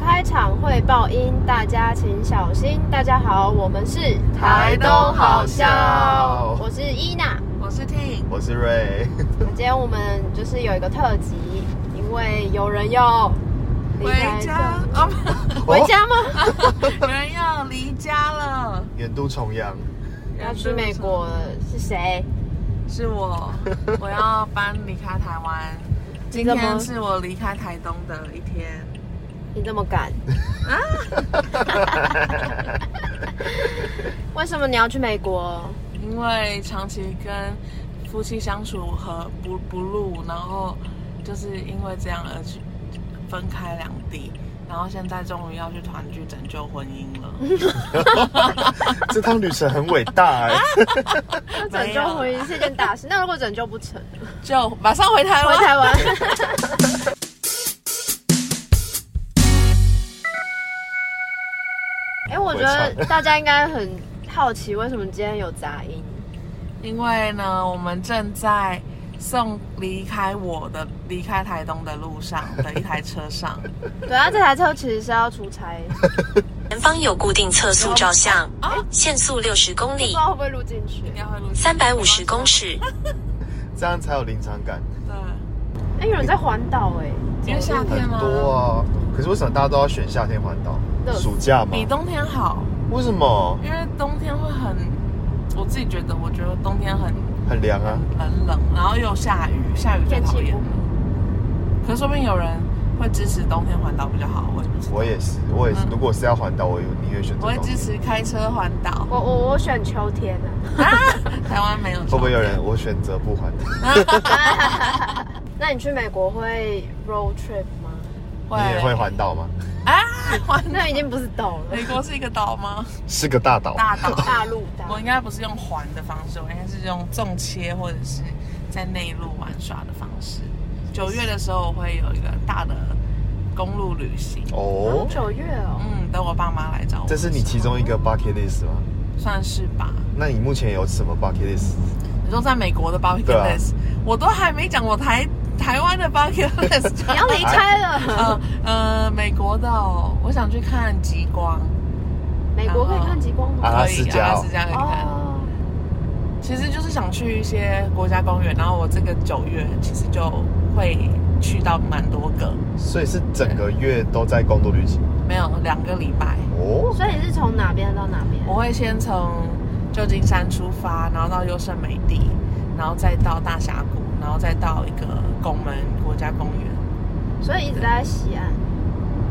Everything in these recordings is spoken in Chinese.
开场汇报音，大家请小心。大家好，我们是台东好笑我是伊娜。我是 Ting，我是瑞，今天我们就是有一个特辑，因为有人要离回开家哦， 这，回家吗？有人要离家了， 远渡重洋， 要去美国了，是谁？是我，我要搬离开台湾，今 你怎么天是我离开台东的一天。你这么 敢？为什么你要去美国？因为长期跟夫妻相处和不不入，然后就是因为这样而去分开两地，然后现在终于要去团聚拯救婚姻了。 这趟旅程很伟大哎、拯救婚姻是一件大事，那如果拯救不成，就马上回台回湾。台湾。 哎、我觉得 大家应该很好奇，为什么今天有杂音？因为呢，我们正在送离开我的离开台东的路上的一台车上，对啊，这台车其实是要出差，前方有固定测速照相，限速六十公不知里，道会不会录进去。应该会录三百五十公。尺。这样才有临场感，对，哎、有人在环岛哎，因为夏很天吗？多啊。可是为什么大家都要选夏天环岛热？死暑假吗比？冬天好，为什么？因为冬天会很，我自己觉得，我觉得冬天很很凉啊，很冷，然后又下雨，下雨最天讨气厌不。可是说不定有人会支持冬天环岛比较好，我也不知道我也是，我也是。嗯如果是要环岛，我也宁愿选择我会冬支天。持开车环岛。我我我选秋天啊。 台湾没有。会不会有人我选择不环岛？那你去美国会 road trip 吗？会？你也会环岛吗？啊？环那已经不是岛了，美国是一个岛吗？是个大岛，大 岛。大陆岛。我应该不是用环的方式，我应该是用纵切或者是在内陆玩耍的方式。九月的时候，我会有一个大的公路旅行。哦，九月哦，嗯，等我爸妈来找我。这是你其中一个 bucket list 吗？算是吧？那你目前有什么 bucket list？你说在美国的 bucket 对啊 list，、我都还没讲我台台湾的 bucket list。你要离开了。呃呃，美国的、哦，我想去看极光， 美国可以看极光吗？阿拉可以斯加哦阿拉斯加可以看。哦，其实就是想去一些国家公园，然后我这个九月其实就会去到蛮多个，所以是整个月都在公路旅行没有两个礼拜。哦。所以你是从哪边到哪边？我会先从旧金山出发，然后到优胜美地，然后再到大峡谷，然后再到一个拱门国家公园。所以一直在西岸，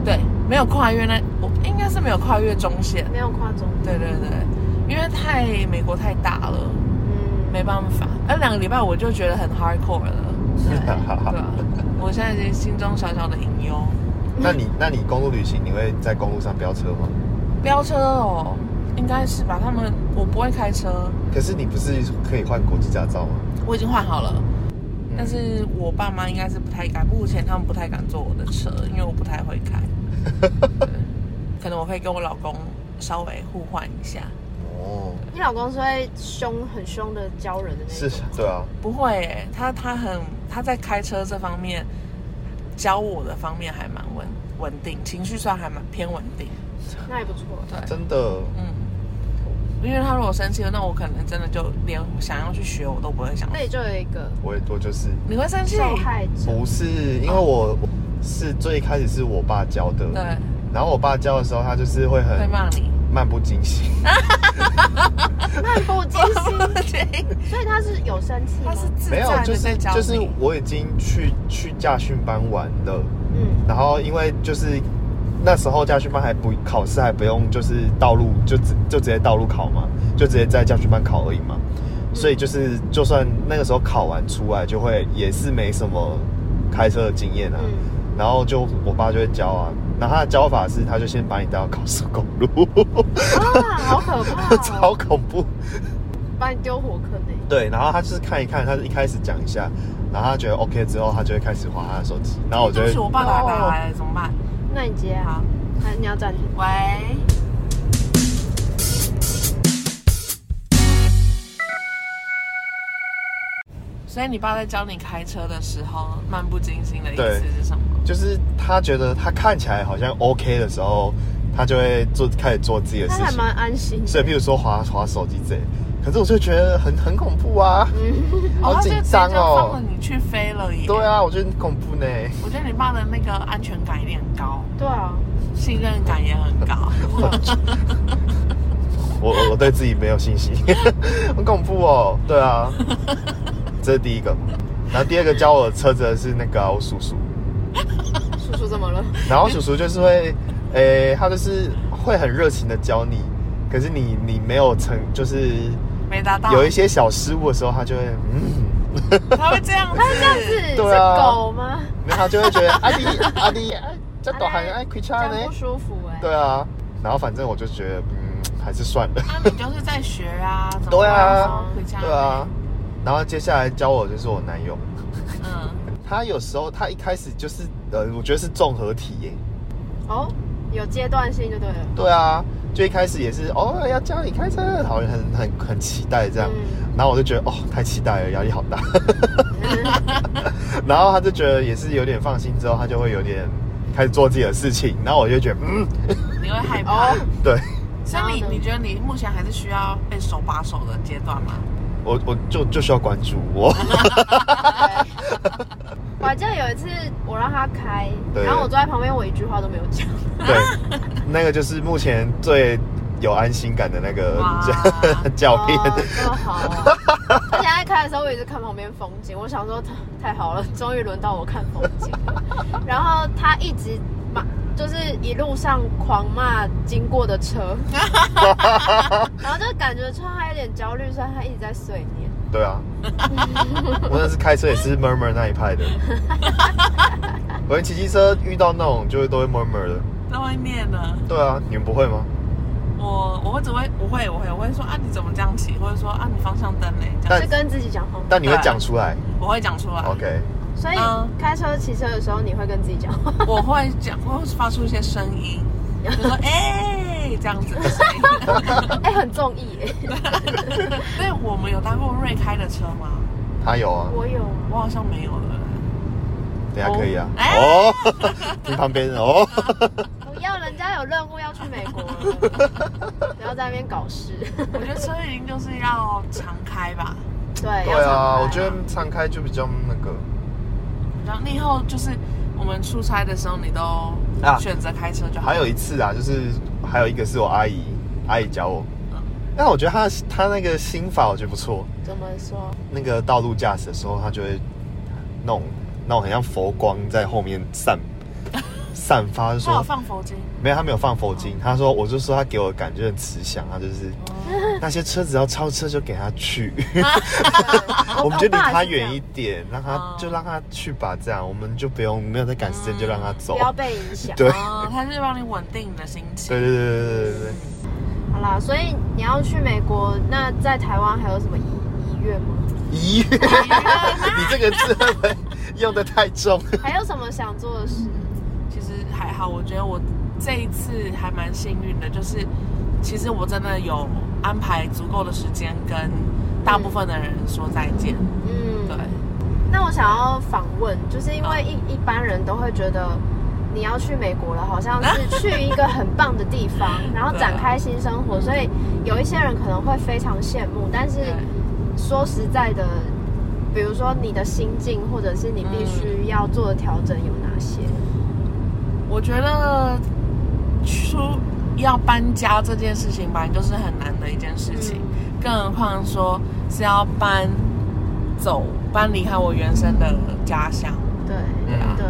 对，没有跨越那，我应该是没有跨越中线。没有跨中。对对对，因为太美国太大了，嗯，没办法。那两个礼拜我就觉得很 hardcore 了， 对吧、我现在已经心中小小的隐忧。那你那你公路旅行，你会在公路上飙车吗？飙车哦，应该是吧？他们我不会开车，可是你不是可以换国际驾照吗？我已经换好了，嗯但是我爸妈应该是不太敢，目前他们不太敢坐我的车，因为我不太会开。对可能我可以跟我老公稍微互换一下，哦，你老公是会凶很凶的教人的那是种。，对啊，不会欸、他他很他在开车这方面教我的方面还蛮稳稳定，情绪算还蛮偏稳定。那也不错。对，真的嗯，因为他如果生气了，那我可能真的就连想要去学我都不会想。那里就有一个我也我就是你会生气？受害者，不是因为我我是最开始是我爸教的，对，然后我爸教的时候，他就是会会很骂你。漫不经心，漫不经 心，所以他是有生气吗他？是自没有在就的在是教你，就是我已经去去驾训班玩了，嗯，然后因为就是。那时候驾训班还不考试还不用，就是道路就直就直接道路考嘛，就直接在驾训班考而已嘛。嗯所以就是就算那个时候考完出来，就会也是没什么开车的经验啊。嗯然后就我爸就会教啊，然后他的教法是，他就先把你带到高速公路，哦啊，好可怕 超哦！恐怖。把你丢火坑欸内。对，然后他就是看一看，他就一开始讲一下，然后他觉得 OK 之后，他就会开始划他的手机，然后我就哦会对不起，我爸打打来了，怎么办？那你接啊，好，还是你要暂停？喂，所以你爸在教你开车的时候，漫不经心的意对思是什么？就是他觉得他看起来好像 OK 的时候，他就会做开始做自己的他事还情。蛮安心的。所以，譬如说滑滑手机这类，可是我就觉得很很恐怖 啊，好哦他就紧直接张就放了哦。你去飞了耶。对，啊，我觉得很恐怖呢。我觉得你爸的那个安全感有点高，对啊，信任感也很高。我我我对自己没有信心， 很恐怖哦。对啊，这是第一个。然后第二个教我车子的是那个啊我叔叔， 叔叔怎么了？然后叔叔就是会，诶、他就是会很热情的教你，可是你你没有成，就是没达到，有一些小失误的时候，他就会嗯，他会这样子，他这样子是对啊狗吗？然后他就会觉得阿弟阿弟，哎这短还爱开车这样呢啊不。舒服哎。对啊，然后反正我就觉得，嗯，还是算了。那你就是在学啊，怎么对啊办回家对啊，，然后接下来教我就是我男友，嗯，他有时候他一开始就是，呃，我觉得是综合体耶。哦，有阶段性就对了。对啊，就一开始也是哦，要教你开车，好像很很很期待这样。嗯然后我就觉得哦，太期待了，压力好大。嗯 然后他就觉得也是有点放心，之后他就会有点开始做自己的事情。然后我就觉得嗯，你会害怕。对所以然后呢你你觉得你目前还是需要被手把手的阶段吗？我我就就需要关注我。 我还记得有一次我让他开，对然后我坐在旁边，我一句话都没有讲。对，那个就是目前最有安心感的那个哇 教片。哦这么好哦！而且在开的时候，我一直看旁边风景，我想说 太太好了，终于轮到我看风景 了。然后他一直骂，就是一路上狂骂经过的 车，然后就感觉出他有点焦虑，所以他一直在碎念。对啊，我那是开车也是 murmur 那一派的。我连骑机车遇到那种就会都会 murmur 的。在外面呢，对啊，你们不会吗？我我会只会我会我会我会说啊你怎么这样骑，或者说啊你方向灯嘞，这样但是跟自己讲话吗，但你会讲出来。我会讲出来 OK，所以嗯开车、骑车的时候，你会跟自己讲话。我会讲，我会发出一些声音，就说哎、这样子的声音。哎、很中意耶！所以我们有搭过瑞开的车吗？他有啊，我有我好像没有了。等一下可以啊。哦哦， 听旁边的哦。不要人家有任务要去美 国了，不要在那边搞事。我觉得车已经就是要常开吧，对，对要常啊，开我觉得敞开就比较那个然后你以后就是我们出差的时候，你都啊选择开车就好。还有一次啊，就是还有一个是我阿姨，阿姨教我嗯。但我觉得她她那个心法我觉得不错。怎么说？那个道路驾驶的时候，他就会弄弄很像佛光在后面 散散发，就他有说放佛经，没有，他没有放佛经。他说，我就说他给我的感觉很慈祥，他 就是那些车子要超车就给他去，我们就离他远一点，让他哦就让他去吧，这样我们就不用没有在赶时间，就让他走嗯不。要被影响。对哦，他是让你稳定你的心情对。对对对对对，好啦，所以你要去美国，那在台湾还有什么遗遗愿 吗？医院，你这个字会不会用的太重？还有什么想做的事？其实还好，我觉得我这一次还蛮幸运的，就是其实我真的有安排足够的时间跟大部分的人说再见。嗯，对，那我想要访问，就是因为一一般人都会觉得你要去美国了，好像是去一个很棒的地方， 然啊后展开新生活，所以有一些人可能会非常羡慕。但是对说实在的，比如说你的心境，或者是你必须要做的调整有哪些？我觉得出要搬家这件事情吧，就是很难的一件事情，更何况说是要搬走、搬离开我原生的家乡。对嗯啊对，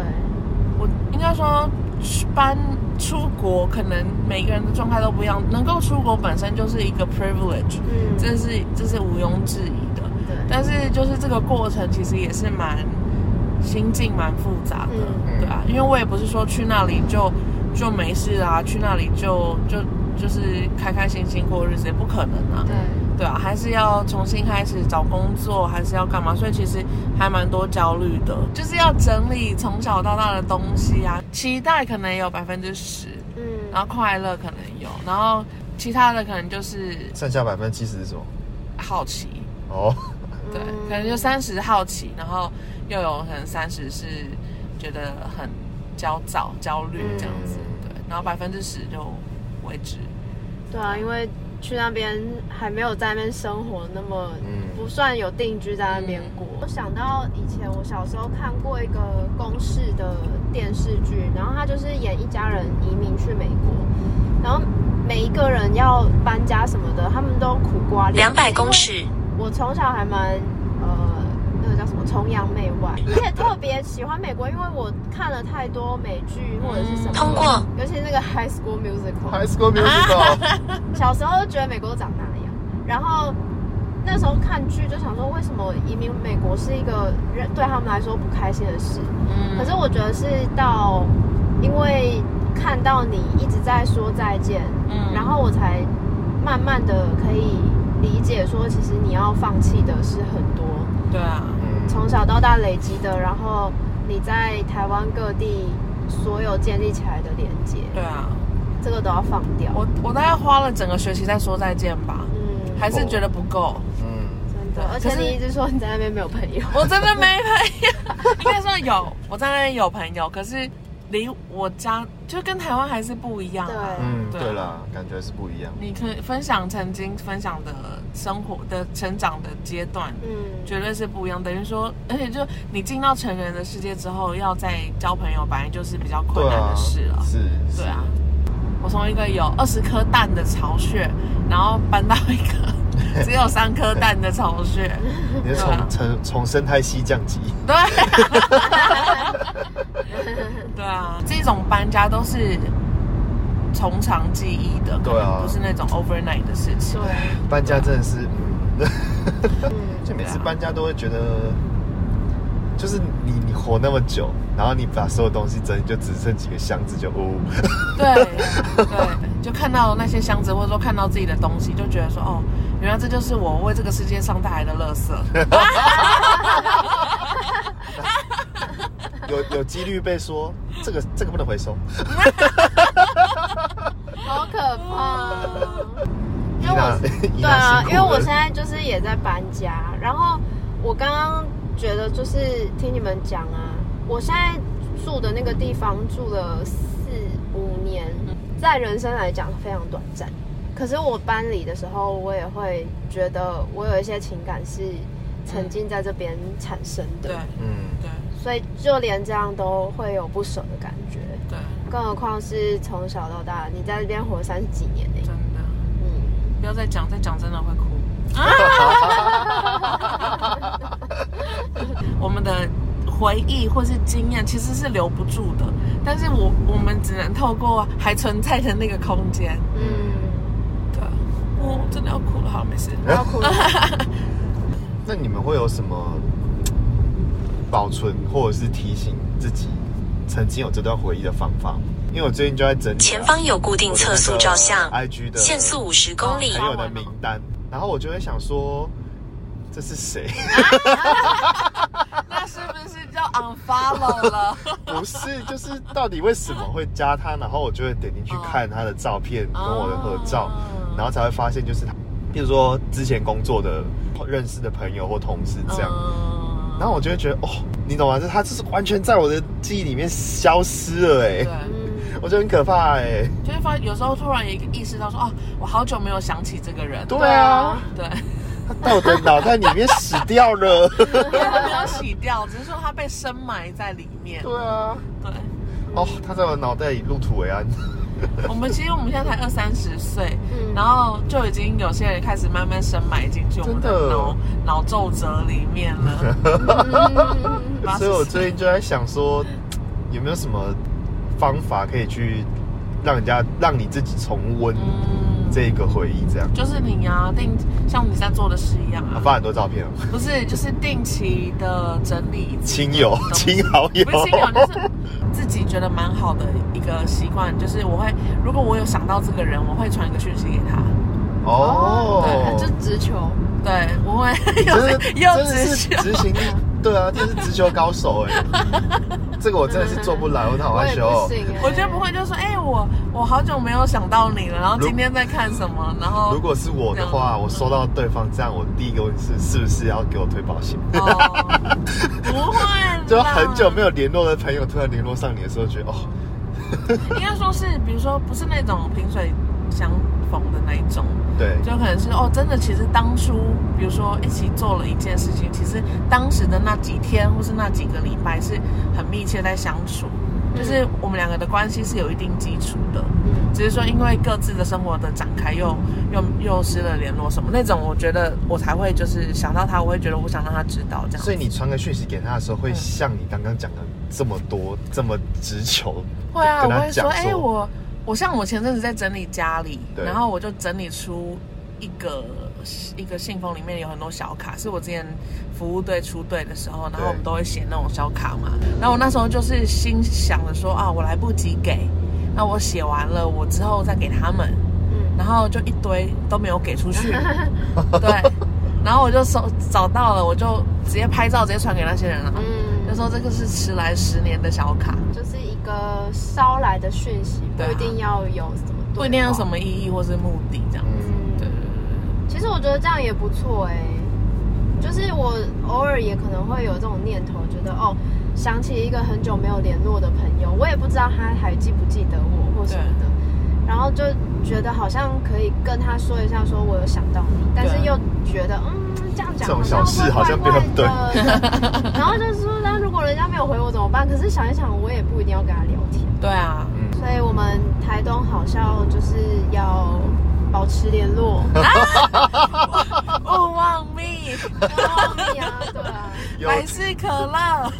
我应该说去搬出国，可能每个人的状态都不一样。能够出国本身就是一个 privilege，嗯，这是这是毋庸置疑的。对，但是就是这个过程其实也是蛮心境蛮复杂的，嗯对啊，因为我也不是说去那里就就没事啊，去那里就就就是开开心心过日子，也不可能啊，对。对啊，还是要重新开始找工作，还是要干嘛？所以其实还蛮多焦虑的，就是要整理从小到大的东西啊，期待可能也有百分之十，嗯，然后快乐可能有，然后其他的可能就是剩下百分之七十是什么？好奇，哦，对，嗯可能就三十好奇，然后又有可能三十是觉得很焦躁、焦虑这样子，嗯对，然后百分之十就为止。对啊，因为去那边还没有在那边生活，那么嗯不算有定居在那边过。我想到以前我小时候看过一个公式的电视剧，然后他就是演一家人移民去美国，然后每一个人要搬家什么的，他们都苦瓜脸。两百公尺，我从小还蛮呃，那个叫什么崇洋媚外，而且特别喜欢美国，因为我看了太多美剧或者是什么，通过尤其是那个《High School Musical》， High School Musical，小时候就觉得美国都长那样，然后那时候看剧就想说，为什么移民美国是一个人对他们来说不开心的事？嗯可是我觉得是到因为看到你一直在说再见，嗯然后我才慢慢的可以理解说，其实你要放弃的是很多对啊，从小到大累积的，然后你在台湾各地所有建立起来的连接，对啊，这个都要放掉。我我大概花了整个学期在说再见吧，嗯，还是觉得不够，嗯，真的，而且可是你一直说你在那边没有朋友，我真的没朋友， 应该说有，我在那边有朋友，可是离我家就跟台湾还是不一样、啊。对嗯，对对啦，感觉是不一样。你可以分享曾经分享的生活的成长的阶段，嗯，绝对是不一样。等于说，而且就你进到成人的世界之后，要再交朋友，本来就是比较困对难啊，的事了。是，对是啊，我从一个有二十颗蛋的巢穴，然后搬到一 个只有三颗蛋的巢穴。你是对啊从从从生态系降级，对，对啊，这种搬家都是从长计议的，可对啊能不是那种 overnight 的事情。对，搬家真的是，嗯嗯，就每次对啊搬家都会觉得，就是你你活那么久，然后你把所有东西整理就只剩几个箱子就哦， 对对，就看到那些箱子，或者说看到自己的东西，就觉得说，哦，原来这就是我为这个世界上带来的 垃圾。有有几率被说这个这个不能回收。好可怕。因为我 伊对啊，娜辛苦因为我了现在就是也在搬家，然后我刚刚觉得就是听你们讲啊，我现在住的那个地方住了四五年，在人生来讲非常短暂。可是我搬离的时候，我也会觉得我有一些情感是曾经在这边产生的对，嗯，对所以就连这样都会有不舍的感觉，对，更何况是从小到大你在这边活三十几年呢、真的，嗯，不要再讲，再讲真的会 哭。我们的回忆或是经验其实是留不住的，但是我我们只能透过还存在的那个空间。嗯，对，我、真的要哭了，好，没事。不要哭了。 那你们会有什么保存或者是提醒自己曾经有这段回忆的方法吗？因为我最近就在整理啊前方有固定测速照相我的那个 IG 的限速五十公里朋，友的名单，然后我就会想说，这是 谁？那是不是就 unfollow 了？不是，就是到底为什么会加他？然后我就会点进去哦看他的照片，跟我的合照哦，然后才会发现就是他，比如说之前工作的认识的朋友或同事 这样。哦嗯然后我就会觉得，哦，你懂吗？这他就是完全在我的记忆里面消失了，哎对，，嗯我觉得很可怕，哎，就会发有时候突然也意识到说，哦，我好久没有想起这个人。对啊，对， 他在我的脑袋里面死掉了，因为他没有洗掉，只是说他被深埋在里面。对啊， 对， 哦，他在我的脑袋里入土为安， 我们其实我们现在才二三十岁，嗯然后就已经有些人开始慢慢深埋进去我们真的的脑脑皱褶里面 了。嗯八十所以我岁最近就在想说，有没有什么方法可以去让人家让你自己重温嗯，这个回忆？这样，就是你啊，定像你在做的事一样 我啊，发很多照片哦，不是就是定期的整理 自己亲的友、东西亲好友，哦不是亲友，就是自己觉得蛮好的一个习惯，就是我会如果我有想到这个人，我会传一个讯息给他。哦， 就直球，对，我会 真的又又真的直是球，执行力对啊，这是直球高手 哎、这个我真的是做不来，我好我害也羞、不哦。行、欸，我觉得不会，就说哎、我我好久没有想到你了，然后如今天在看什么，然后如果是我的话，哦我收到对方这样，我第一个问题是是不是要给我推保险？哦，不会 啦，就很久没有联络的朋友突然联络上你的时候，觉得哦，应该说是，比如说不是那种萍水相逢的那一种，对就可能是哦，真的，其实当初比如说一起做了一件事情，其实当时的那几天或是那几个礼拜是很密切在相处，就是我们两个的关系是有一定基础的，嗯只是说因为各自的生活的展开又又又失了联络什么那种，我觉得我才会就是想到他，我会觉得我想让他知道这样子。所以你传个讯息给他的时候，会像你刚刚讲的这么多，这么直球，会啊，跟我他会讲说，哎、我我像我前阵子在整理家里，对然后我就整理出一个一个信封，里面有很多小卡，是我之前服务队出队的时候，然后我们都会写那种小卡嘛。然后我那时候就是心想着说，啊，我来不及给，那我写完了，我之后再给他们。嗯，然后就一堆都没有给 出去，对。然后我就搜找到了，我就直接拍照，直接传给那些人了。嗯就说这个是迟来十年的小卡，就是一个捎来的讯息，不对啊一定要有什么，不一定有什。么意义或是目的这样子。嗯对对对其实我觉得这样也不错哎、就是我偶尔也可能会有这种念头，觉得哦，想起一个很久没有联络的朋友，我也不知道他还记不记得我或什么的，然后就觉得好像可以跟他说一下，说我有想到你，但是又觉得嗯，这样讲这种小事好像会怪怪好的， 然后就是说，那如果人家没有回我怎么办？可是想一想，我也不一定要跟他聊天。对啊，所以我们台东好像就是要保持联络。勿忘命，哦对啊对啊，有百事可乐，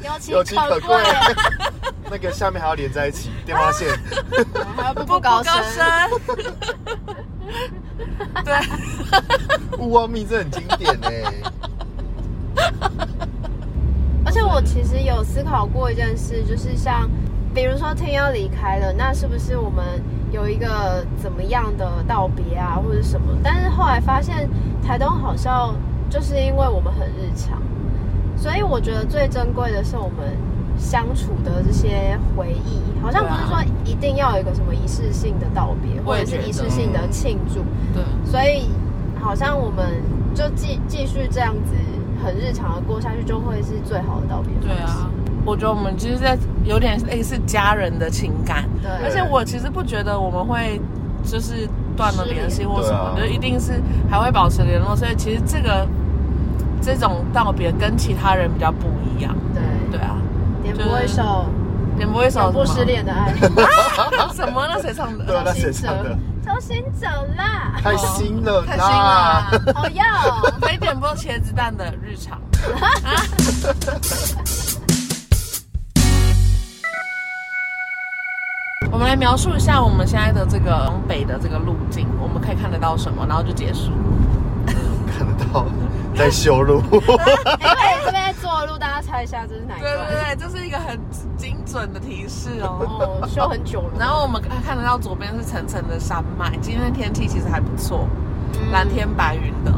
尤其有情贵可 贵， 那个下面还要连在一起电话 线，还要步步高升。升。 对，勿忘命这很经典哎、而且我其实有思考过一件事，就是像比如说天要离开了，那是不是我们有一个怎么样的道别啊，或者什么？但是后来发现台东好像就是因为我们很日常，所以我觉得最珍贵的是我们。相处的这些回忆，好像不是说一定要有一个什么仪式性的道别，或我也者是觉得仪式性的庆祝，对，所以好像我们就继继续这样子很日常的过下去，就会是最好的道别对啊。我觉得我们其实，在有点类似家人的情感，对啊而且我其实不觉得我们会就是断了联系或什么，对啊就一定是还会保持联络。所以其实这个这种道别跟其他人比较不一样，对对啊。点播一首你们不会《手永不失恋的爱》， 什么？那谁唱的？对啊，那谁周唱的？周星哲啦，太新了太新了啦！啦。哦哟，可以点播茄子蛋的日常。 我们来描述一下我们现在的这个往北的这个路径，我们可以看得到什么，然后就结束。看得到在修路， 哎，这边做路，大家猜一下这是哪一对对段？对，这是一个很精准的提示哦。哦，修很久了， 然后我们看得到左边是层层的山脉，今天天气其实还不错，嗯蓝天白云的，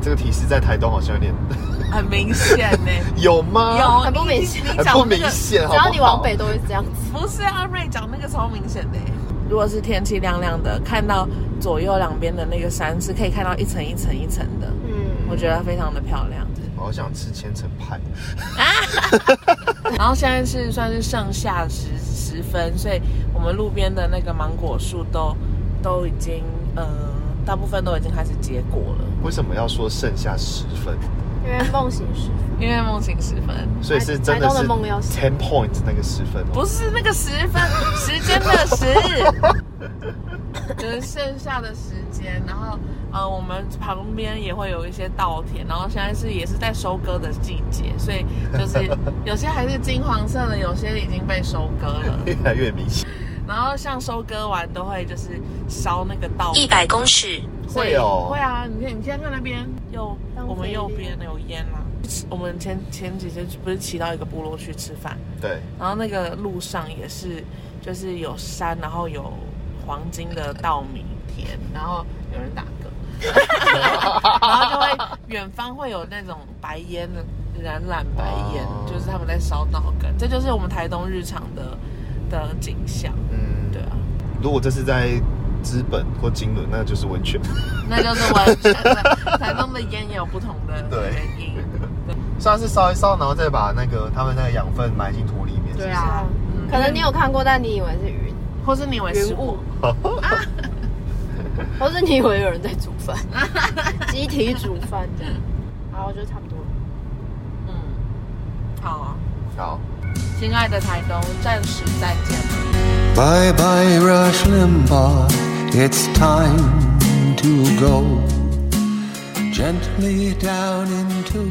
这个提示在台东好像有点 很明显呢、 有吗？有，很不明你显你很讲不那明个显，好只不好要你往北，都会这样子。不是阿瑞讲那个超明显的欸。如果是天气亮亮的，看到左右两边的那个山是可以看到一层一层一层的，嗯，我觉得非常的漂亮。我好想吃千层派。 然后现在是算是盛夏时时分，所以我们路边的那个芒果树都都已经呃，大部分都已经开始结果了，为什么要说剩下十分？因为梦醒时分，因为梦醒时分。所以是真台的东的是梦要死 ten point 那个十分吗？哦不是那个时 分，时间的时，就是剩下的时间。然后，呃，我们旁边也会有一些稻田，然后现在是也是在收割的季节，所以就是有些还是金黄色的，有些已经被收割了。越来越明显。然后像收割完都会就是烧那个稻一米，百公尺，所以会哦会啊！你看你现在看那边右，浪费我们右力边有烟啦、我们前前几天不是骑到一个部落去吃饭，对，然后那个路上也是，就是有山，然后有黄金的稻米田，然后有人打嗝， 然后就会远方会有那种白烟的冉冉白烟哦，就是他们在烧脑梗，这就是我们台东日常的的景象。嗯，对啊，如果这是在资本或金轮，那就是温泉。 那就是完全的台东的烟也有不同的对原因。算是烧一烧，然后再把那个他们那个养分埋进土里面。对是啊，嗯可能你有看过，但你以为是云，或是你以为是云雾我，或是你以为有人在煮饭，集体煮饭这样。好，我觉得差不多了。嗯，好啊，不是好，亲爱的台东，暂时再见了。 Bye bye, Rush Limbaugh. It's time to go gently down into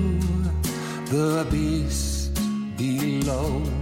the beast below.